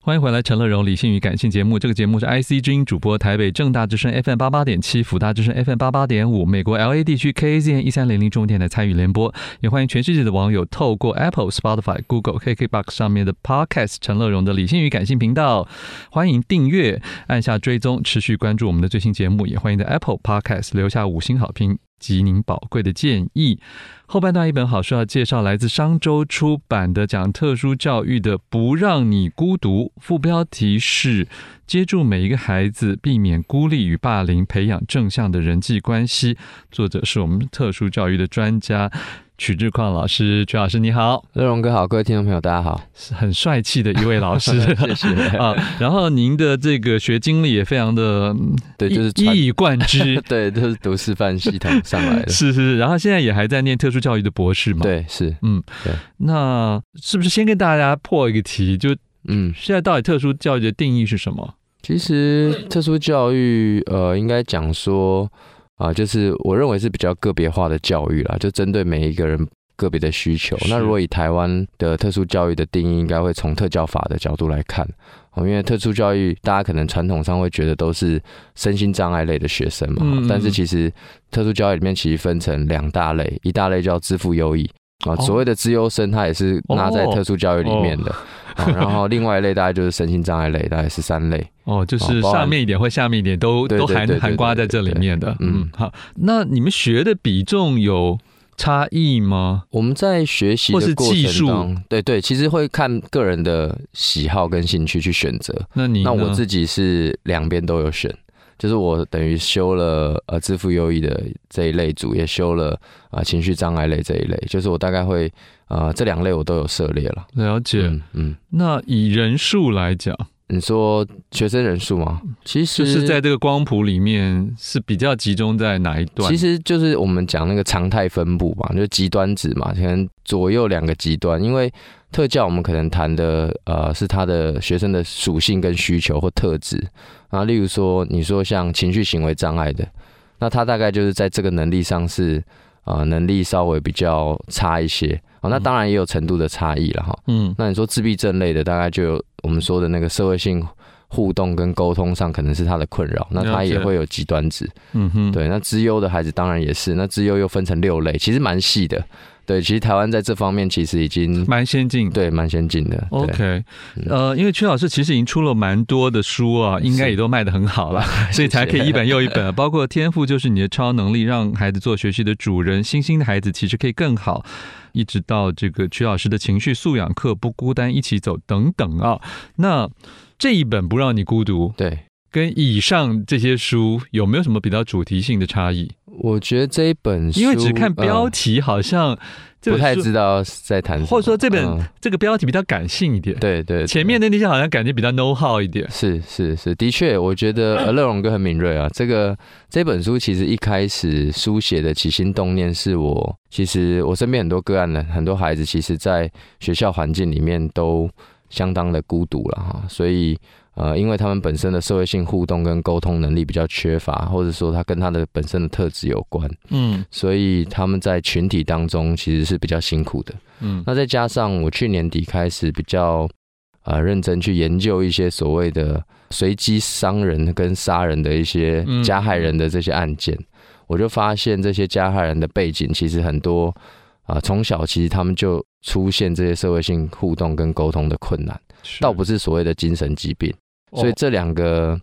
欢迎回来，《陈乐荣理性与感性》节目。这个节目是 IC 之音主播，台北正大之声 FM 八八点七，辅大之声 FM 八八点五，美国 LA 地区 KAZN 一三零零中文电台参与联播。也欢迎全世界的网友透过 Apple、Spotify、Google、KKBox 上面的 Podcast《陈乐荣的理性与感性》频道，欢迎订阅、按下追踪，持续关注我们的最新节目。也欢迎在 Apple Podcast 留下五星好评及您宝贵的建议。后半段一本好书要介绍来自商周出版的讲特殊教育的《不让你孤独》，副标题是“接住每一个孩子，避免孤立与霸凌，培养正向的人际关系”。作者是我们特殊教育的专家曲志矿老师，曲老师你好，乐荣哥好，各位听众朋友大家 好，是很帅气的一位老师 谢谢。啊。然后您的这个学经历也非常的嗯对，就是一传，一以贯之 对，就是读师范系统上来的， 是是是。然后现在也还在念特殊教育的博士嘛？。对，是，那是不是先跟大家破一个题？就嗯，现在到底特殊教育的定义是什么？其实特殊教育，呃，应该讲说啊、就是我认为是比较个别化的教育啦，就针对每一个人个别的需求。是那如果以台湾的特殊教育的定义，应该会从特教法的角度来看。哦，因为特殊教育，大家可能传统上会觉得都是身心障碍类的学生嘛，嗯但是其实特殊教育里面其实分成两大类，一大类叫自负优异啊，哦所谓的资优生，他也是纳在哦特殊教育里面的。哦然后另外一类大概就是身心障碍类，大概是三类。哦，就是哦包含上面一点或下面一点都对都对含对对含刮在这里面的。对对嗯，好，那你们学的比重有差异吗？我们在学习的过或是技术程中，对对，其实会看个人的喜好跟兴趣去选择。那你那呢我自己是两边都有选，就是我等于修了呃自负优异的这一类组，也修了啊、呃情绪障碍类这一类，就是我大概会呃这两类我都有涉猎了。了解、嗯嗯，那以人数来讲，你说学生人数吗？其就实是在这个光谱里面是比较集中在哪一段？其实就是我们讲那个常态分布嘛，就是极端值嘛，可能左右两个极端。因为特教我们可能谈的呃是他的学生的属性跟需求或特质啊，例如说你说像情绪行为障碍的，那他大概就是在这个能力上是呃能力稍微比较差一些啊，那当然也有程度的差异了哈。嗯，那你说自闭症类的，大概就有我们说的那个社会性互动跟沟通上可能是他的困扰，那他了解也会有极端值。嗯哼，对，那资优的孩子当然也是，那资优又分成六类，其实蛮细的。对，其实台湾在这方面其实已经蛮先进的。对蛮先进的。对 OK，嗯呃，因为曲老师其实已经出了蛮多的书啊，应该也都卖得很好 了，所以才可以一本又一本啊。包括《天赋就是你的超能力》，让孩子做学习的主人，星星的孩子其实可以更好，一直到这个曲老师的情绪素养课，不孤单一起走等等啊。那这一本不让你孤独，对，跟以上这些书有没有什么比较主题性的差异？我觉得这一本书因为只看标嗯题，好像这不本太书知道在谈什么，或者说这本嗯这个标题比较感性一点，对对对前面的那些好像感觉比较 know how 一点。是是是，的确，我觉得呃，乐荣哥很敏锐啊。这个这本书其实一开始书写的起心动念是我，其实我身边很多个案呢，很多孩子其实在学校环境里面都相当的孤独了哈，所以。呃，因为他们本身的社会性互动跟沟通能力比较缺乏，或者说他跟他的本身的特质有关，嗯所以他们在群体当中其实是比较辛苦的。嗯那再加上我去年底开始比较呃认真去研究一些所谓的随机伤人跟杀人的一些嗯加害人的这些案件，我就发现这些加害人的背景其实很多啊，呃从、小其实他们就出现这些社会性互动跟沟通的困难，倒不是，是所谓的精神疾病，哦所以这两个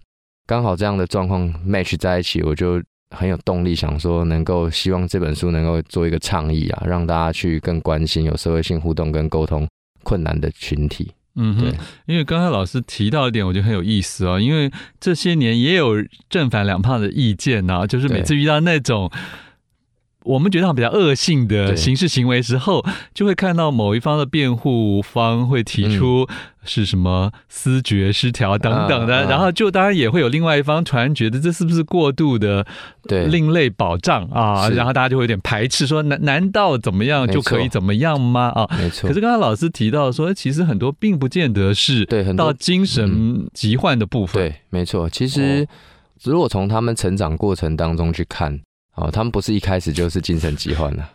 刚好这样的状况 match 在一起，我就。很有动力，想说能够希望这本书能够做一个倡议啊，让大家去更关心有社会性互动跟沟通困难的群体。嗯哼对，因为刚才老师提到一点，我觉得很有意思哦，因为这些年也有正反两派的意见呐、就是每对次遇到那种。我们觉得比较恶性的对刑事行为时候，就会看到某一方的辩护方会提出嗯是什么思觉失调等等的，嗯嗯然后就当然也会有另外一方突然觉得这是不是过度的对，另类保障啊，是然后大家就会有点排斥，说难难道怎么样就可以没错怎么样吗？啊，没 错可。是刚才老师提到说，哎其实很多并不见得是对，很到多嗯精神疾患的部分。对，没错。其实、哦如果从他们成长过程当中去看，哦，他们不是一开始就是精神疾患了、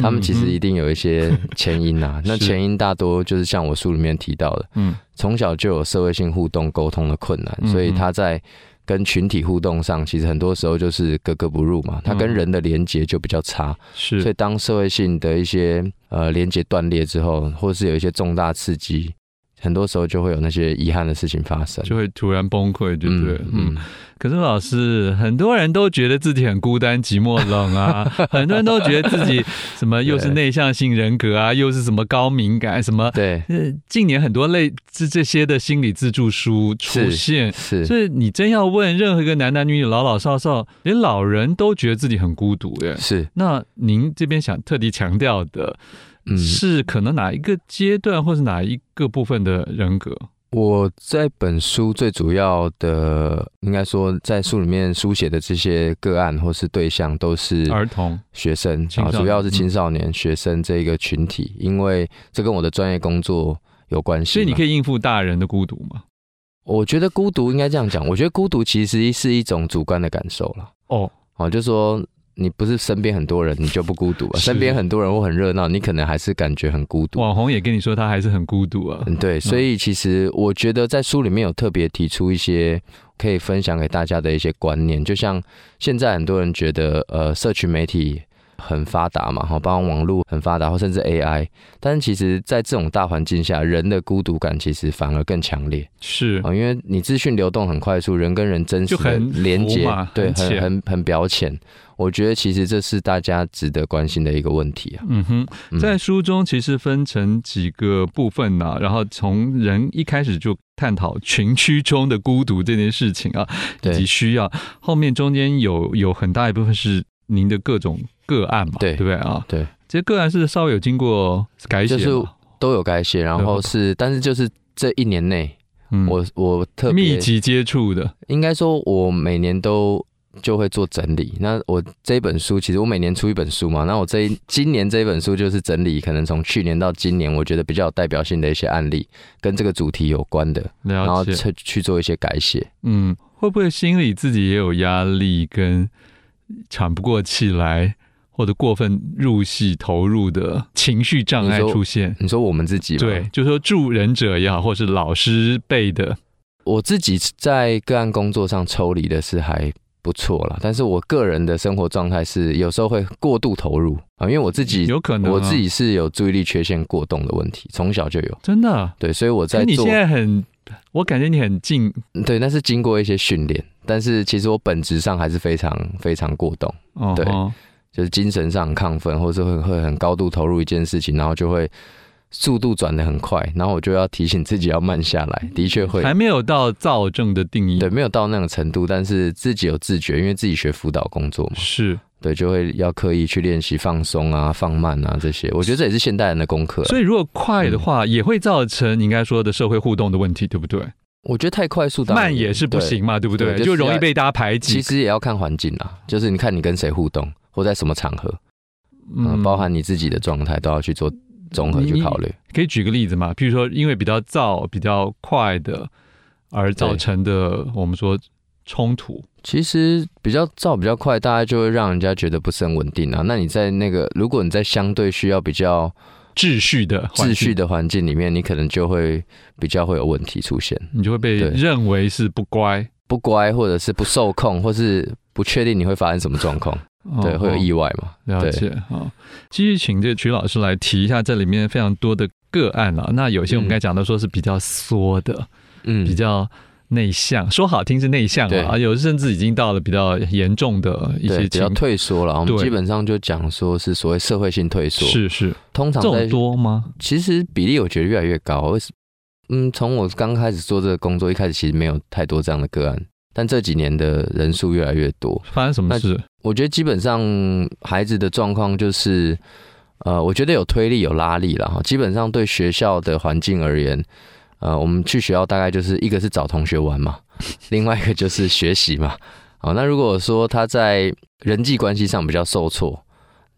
他们其实一定定有一些前 因啊。那嗯是前因大多就是像我书里面提到的，嗯从小就有社会性互动沟通的困嗯难，所以他在跟群体互动上，其实很多时候就是格格不入嘛。他跟嗯人的连接就比较差，是所以当社会性的一些呃连接断裂之后，或是有一些重大刺激，很多时候就会有那些遗憾的事情发生。就会突然崩溃，对不对？嗯。嗯，可是老师，很多人都觉得自己很孤单、寂寞、冷 啊，很多人都觉得自己什么又是对内向性人格啊，又是什么高敏感什么。 对，呃，近年很多类这这些的心理自助书出是现，是。所以你真要问任何一个男男女女、老老少少，连老人都觉得自己很孤独耶。是，那您这边想特地强调的嗯，是，可能哪一个阶段或是哪一个部分的人格？我在本书最主要的，应该说在书里面书写的这些个案或是对象，都是儿童学生青啊，少主要是年嗯青少年、学生这一个群体，因为这跟我的专业工作有关系嘛。所以你可以，以应付大人的孤独吗？我觉得孤独应该这样讲，我觉得孤独其实是一种主观的感受了。哦，哦，就说你不是身边很多人，你就不孤独啊；是身边很多人或很热闹，你可能还是感觉很孤独。网红也跟你说他还是很孤独啊。嗯，对，所以其实我觉得在书里面有特别提出一些可以分享给大家的一些观念，就像现在很多人觉得呃，社群媒体很发达嘛，哈，包括网络很发达，或甚至 AI，但是其实在这种大环境下，人的孤独感其实反而更强烈是啊、，因为你资讯流动很快速，人跟人真实嗯就的很连浮接嘛，对，很很浅很很表浅。我觉得其实这是大家值得关心的一个问题啊。嗯哼，嗯在书中其实分成几个部分呢、然后从人一开始就探讨群居中的孤独这件事情啊，以对及需要，后面中间有有很大一部分是您的各种个案嘛，对对不对啊？对，这些个案是稍微有经过改写嘛，就是都有改写，然后是，但是就是这一年内。嗯我我特密别集接触的，应该说，我每年都就会做整理。那我这本书，其实我每年出一本书嘛。那我这一今年这本书就是整理，可能从去年到今年，我觉得比较有代表性的一些案例，跟这个主题有关的，然了后解，去去做一些改写。嗯，会不会心里自己也有压力，跟喘不过气来，或者过分入戏投入的情绪障碍你说出现？你说我们自己吗对，，就说助人者也好，或是老师辈的，我自己在个案工作上抽离的是还不错啦，但是我个人的生活状态是有时候会过度投入啊，因为我自己。有可能啊、我自己是有注意力缺陷过动的问题，从小就有。真的，对，所以我所在以你做现在很，我感觉你很静，对，那是经过一些训练，但是其实我本质上还是非常非常过动，哦，对哦就是精神上很亢奋，或是会会很高度投入一件事情，然后就会速度转得很快，然后我就要提醒自己要慢下来，的确会。还没有到躁症的定义，对，没有到那种程度，但是自己有自觉，因为自己学辅导工作嘛，是，对，就会要刻意去练习放松啊、放慢啊这些。我觉得这也是现代人的功课啊。所以如果快的话，也会造成你应该说的社会互动的问题，对不对？我觉得太快速，当然慢也是不对行嘛，对不对？对就是就容易要被大家排挤其，实也要看环境啦，就是你看你跟谁互动，或在什么场合，嗯，嗯包含你自己的状态都要去做综合去考虑。可以举个例子嘛？譬如说，因为比较躁、比较快的而造成的，我们说冲突，其实比较照比较快，大家就会让人家觉得不是很稳定啊。那你在那个，如果你在相对需要比较秩序的秩序的，的环境里面，你可能就会比较会有问题出现，你就会被对认为是不乖，不乖或者是不受控，或是不确定你会发生什么状况，对，哦会有意外嘛？了解啊、哦继续请这曲老师来提一下这里面非常多的个案了、那有些我们嗯刚才讲到说是比较缩的，嗯，比较。内向，说好听是内向对了啊，有的甚至已经到了比较严重的一对些比情较退缩了。我们对基本上就讲说是所谓社会性退缩，是是，通常这在种多吗？其实比例我觉得越来越高。为什嗯，从我刚开始做这个工作，一开始其实没有太多这样的个案，但这几年的人数越来越多。发生什么那事？我觉得基本上孩子的状况就是，呃，我觉得有推力有拉力啦。哈基本上对学校的环境而言，呃，我们去学校大概就是一个是找同学玩嘛， 另外一个就是学习嘛。好，那如果说他在人际关系上比较受挫，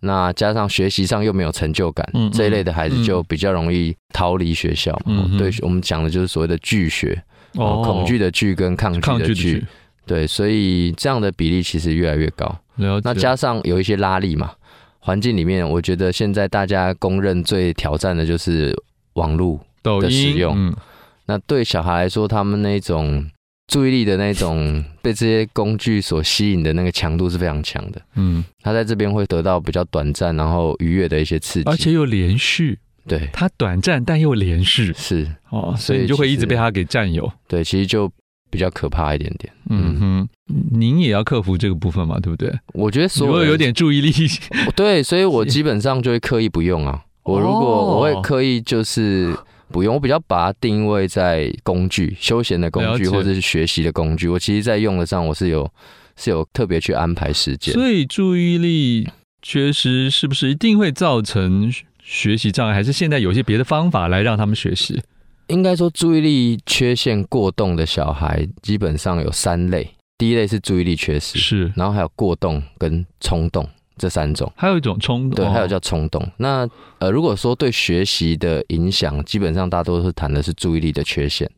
那加上学习上又没有成就感，嗯嗯这一类的孩子就比较容易逃离学校嘛。哦嗯哼对，我们讲的就是所谓的拒学，哦，恐惧的拒跟抗抗拒的拒的拒拒，对，所以这样的比例其实越来越高。了解。那加上有一些拉力嘛，环境里面，我觉得现在大家公认最挑战的就是网络。抖的使音，用嗯，那对小孩来说，他们那种注意力的那种被这些工具所吸引的那个强度是非常强的。嗯，他在这边会得到比较短暂，然后愉悦的一些刺激。而且又连续，对，它短暂但又连续是，哦，所所以以你就会其一实直被它给占有。对，其实就比较可怕一点点。嗯哼，您也要克服这个部分嘛，对不对？我觉得所如有果人有点注意力， 对，所以我基本上就会刻意不用啊。我如哦果我会刻意就是不用，我比较把它定位在工具、休闲的工具了解或者是学习的工具。我其实，在用的上我是有是有特别去安排时间。所以注意力缺失是不是一定会造成学学习障碍？还是现在有些别的方法来让他们学习？应该说，注意力缺陷过动的小孩基本上有三类，第一类是注意力缺失，是，然后还有过动跟冲动这三种。还有一种冲动，对，哦还有叫冲动。那呃，如果说对学习的影响，基本上大多是谈的是注意力的缺陷。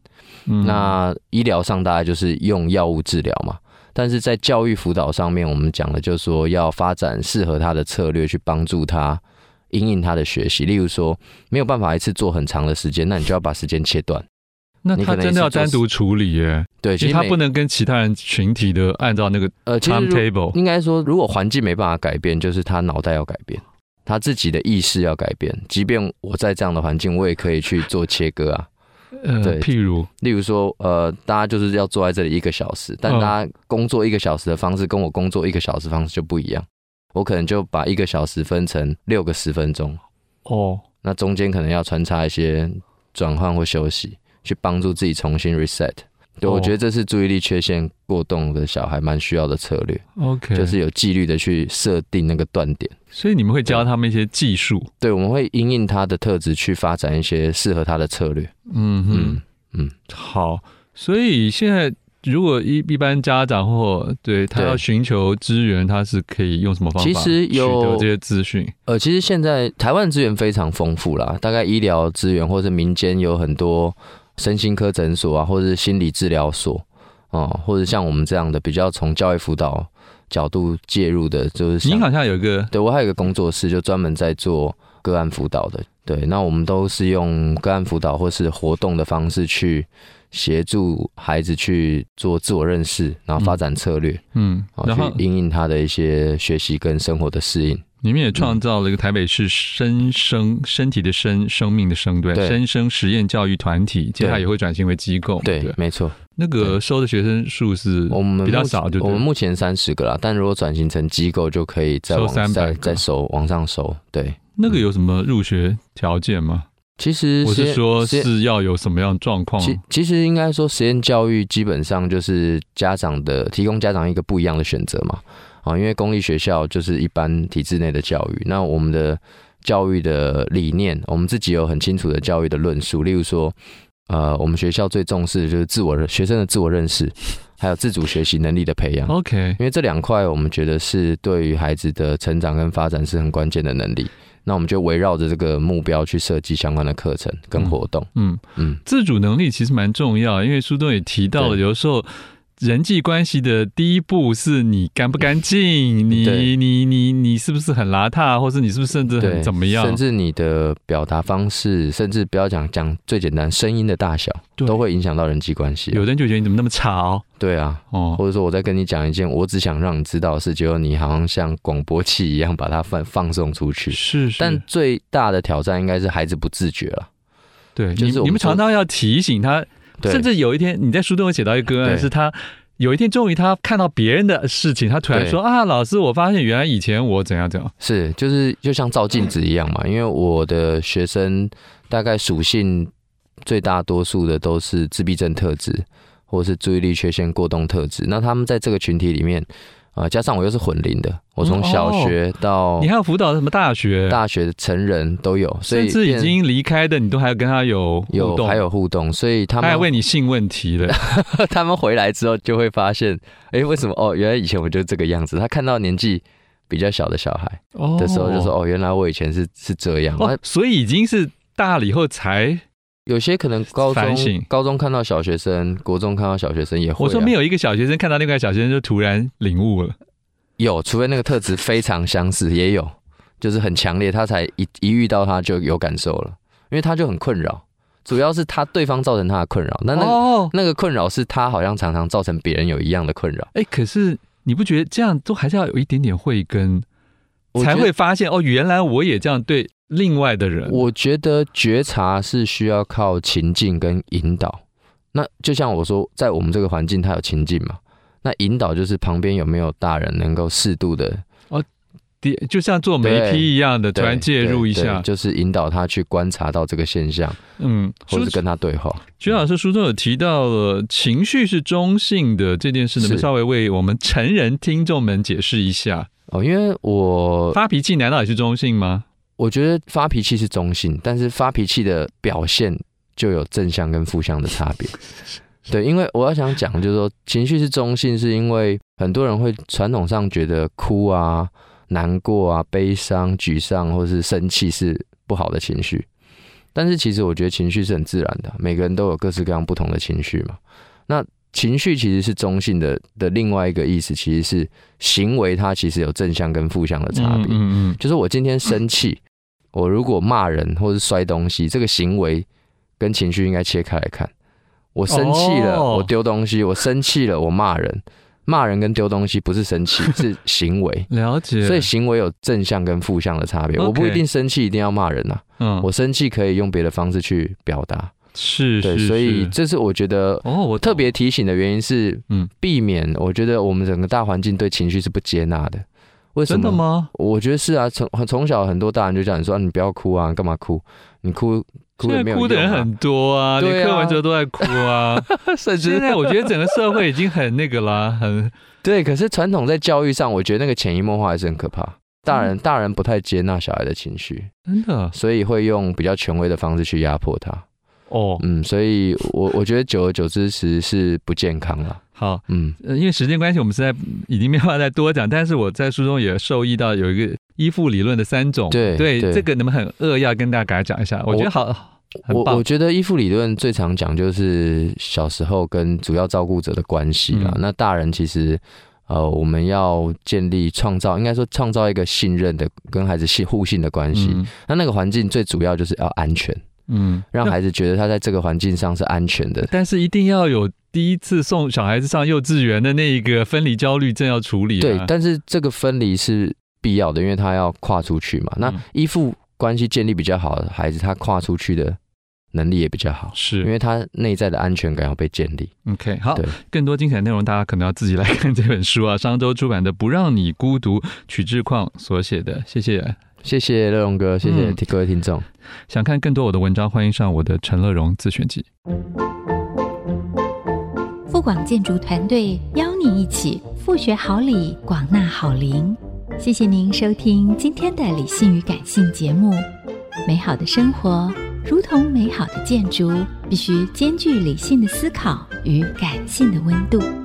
嗯那医疗上大概就是用药物治疗嘛，但是在教育辅导上面，我们讲的就是说要发展适合他的策略去帮助他因应他的学习。例如说，没有办法一次做很长的时间，那你就要把时间切断。那你他可能真的也是要做单独处理耶，对，其其实实他每不能跟其他人群体的按照那个呃，其实如 timetable，应该说，如果环境没办法改变，就是他脑袋要改变，他自己的意识要改变。即便我在这样的环境，我也可以去做切割啊。呃，对譬如例如说，呃，大家就是要坐在这里一个小时，但嗯大家工作一个小时的方式跟我工作一个小时方式就不一样。我可能就把一个小时分成六个十分钟，哦，那中间可能要穿插一些转换或休息，去帮助自己重新 reset。对，哦我觉得这是注意力缺陷过动的小孩蛮需要的策略， OK，就是有纪律的去设定那个断点。所以你们会教他们一些技术，对，我们会因应他的特质去发展一些适合他的策略。嗯哼。嗯，好，所以现在如果一一般家长或对他对要寻求资源，他是可以用什么方法其实有取得这些资讯？呃，其实现在台湾资源非常丰富啦，大概医疗资源或是民间有很多身心科诊所啊，或者是心理治疗所哦、或者像我们这样的比较从教育辅导角度介入的，就是啊像您好像有一个对我还有一个工作室，就专门在做个案辅导的。对，那我们都是用个案辅导或是活动的方式去协助孩子去做自我认识，然后发展策略，嗯，然然后后去因应他的一些学习跟生活的适应。你们也创造了一个台北市生生身体的生生命的生对对生生实验教育团体，接下来也会转型为机构。对，哦不，没错，那个收的学生数是我们比较目少，对不我对们目前三十个啦，但如果转型成机构，就可以再收往300再个再收往上收。对，那个有什么入学条件吗？其实我实是验说，实验是要有什么样的状况？其其实应该说，实验教育基本上就是家长的提供家长一个不一样的选择嘛。啊，因为公立学校就是一般体制内的教育，那我们的教育的理念，我们自己有很清楚的教育的论述。例如说，呃，我们学校最重视的就是自我认学生的自我认识，还有自主学习能力的培养。 OK，因为这两块我们觉得是对于孩子的成长跟发展是很关键的能力，那我们就围绕着这个目标去设计相关的课程跟活动。嗯，嗯，自主能力其实蛮重要，因为书中也提到了，对有时候人际关系的第一步是你干不干净，你对你你你是不是很邋遢，或是你是不是甚至对，很怎么样甚，至你的表达方式，甚至不要讲讲最简单，声音的大小对都会影响到人际关系。啊有的人就觉得你怎么那么吵对啊，哦，或者说我在跟你讲一件我只想让你知道的事，结果你好像像广播器一样把它放放送出去。是是，但最大的挑战应该是孩子不自觉了。对，就是你我们你们常常要提醒他，对，甚至有一天你在书中有写到一个个案，对是他。有一天，终于他看到别人的事情，他突然对说：“啊，老师，我发现原来以前我怎样怎样。是，就是就像照镜子一样嘛，因为我的学生大概属性最大多数的都是自闭症特质，或是注意力缺陷过动特质。那他们在这个群体里面，啊、加上我又是混龄的，我从小学嗯到哦你还要辅导什么大学，哦大学成人都有，所以甚至已变经离开的，你都还要跟他有互有动，还有互动，所以他他还们问你性问题 了，他们回来之后就会发现，哎、为什么哦？原来以前我就这个样子。他看到年纪比较小的小孩哦的时候，就说哦，原来我以前是是这样。那哦，所以已经是大了以后才，有些可能高反中省高中看到小学生，国中看到小学生也会、啊。我说没有一个小学生看到另外一个小学生就突然领悟了，有，除非那个特质非常相似，也有。就是很强烈，他才一一遇到他就有感受了，因为他就很困扰，主要是他对方造成他的困扰，那那个、哦，那个困扰是他好像常常造成别人有一样的困扰，哎，可是你不觉得这样都还是要有一点点慧根，我才觉得会发现哦，原来我也这样对另外的人。我觉得觉察是需要靠情境跟引导。那就像我说，在我们这个环境，它有情境嘛？那引导就是旁边有没有大人能够适度的的就像做媒对体一样的，突对然介入一对对下，就是引导他去观察到这个现象，嗯，或书者是跟他对话。徐老师书中有提到了情绪是中性的这件事，能不能是稍微为我们成人听众们解释一下？哦，因为我发脾气难道也是中性吗？我觉得发脾气是中性，但是发脾气的表现就有正向跟负向的差别。对，因为我要想讲，就是说情绪是中性，是因为很多人会传统上觉得哭啊、难过啊、悲伤、沮丧或是生气是不好的情绪，但是其实我觉得情绪是很自然的，每个人都有各式各样不同的情绪嘛。那情绪其实是中性的的另外一个意思，其实是行为它其实有正向跟负向的差别。嗯嗯就是我今天生气，嗯我如果骂人或是摔东西，这个行为跟情绪应该切开来看。我生气了，哦我丢东西；我生气了，我骂人。骂人跟丢东西不是 生气，是行为。嗯，了解。所以行为有正向跟负向的差别。我不 OK 一定生气一定要骂人啊，嗯，我生气可以用别的方式去表达。是对，是，所以是这是我觉得哦，我我特别提醒的原因是，嗯嗯，避免。我觉得我们整个大环境对情绪是不接纳的。为什真么的？吗？我觉得是啊，从从小很多大人就叫你说、啊你不要哭啊，干嘛哭？你哭哭也现在没有用、哭啊。的人很多啊，对连啊柯文哲都在哭 啊。现甚至在我觉得整个社会已经很那个啦，很对，可是传统在教育上，我觉得那个潜移默化还是很可怕。嗯大人、大人不太接纳小孩的情绪，真的所以会用比较权威的方式去压迫他。哦。嗯，所以我我觉得久而久之其实是不健康了。好，嗯，呃，因为时间关系，我们实在已经没办法再多讲。但是我在书中也受益到有一个依附理论的三种，对对这个能不能很扼要跟大家讲一下？我觉得好，很我棒我觉得依附理论最常讲就是小时候跟主要照顾者的关系啦。嗯那大人其实，呃，我们要建立创造，应该说创造一个信任的跟孩子信互信的关系。嗯那那个环境最主要就是要安全，嗯，让那孩子觉得他在这个环境上是安全的。但是一定要有第一次送小孩子上幼稚园的那一个分离焦虑症要处理、啊。对，但是这个分离是必要的，因为他要跨出去嘛。那嗯依附关系建立比较好的孩子，他跨出去的能力也比较好，因是为他内在的安全感要被建立。 OK 好对，更多精彩内容大家可能要自己来看这本书啊。商周出版的《不让你孤独》，曲志矿所写的，谢谢。谢谢乐荣哥，谢谢嗯各位听众。想看更多我的文章，欢迎上我的陈乐荣自选集。富广建筑团队邀你一起复学好礼，广纳好邻。谢谢您收听今天的理性与感性节目。美好的生活如同美好的建筑，必须兼具理性的思考与感性的温度。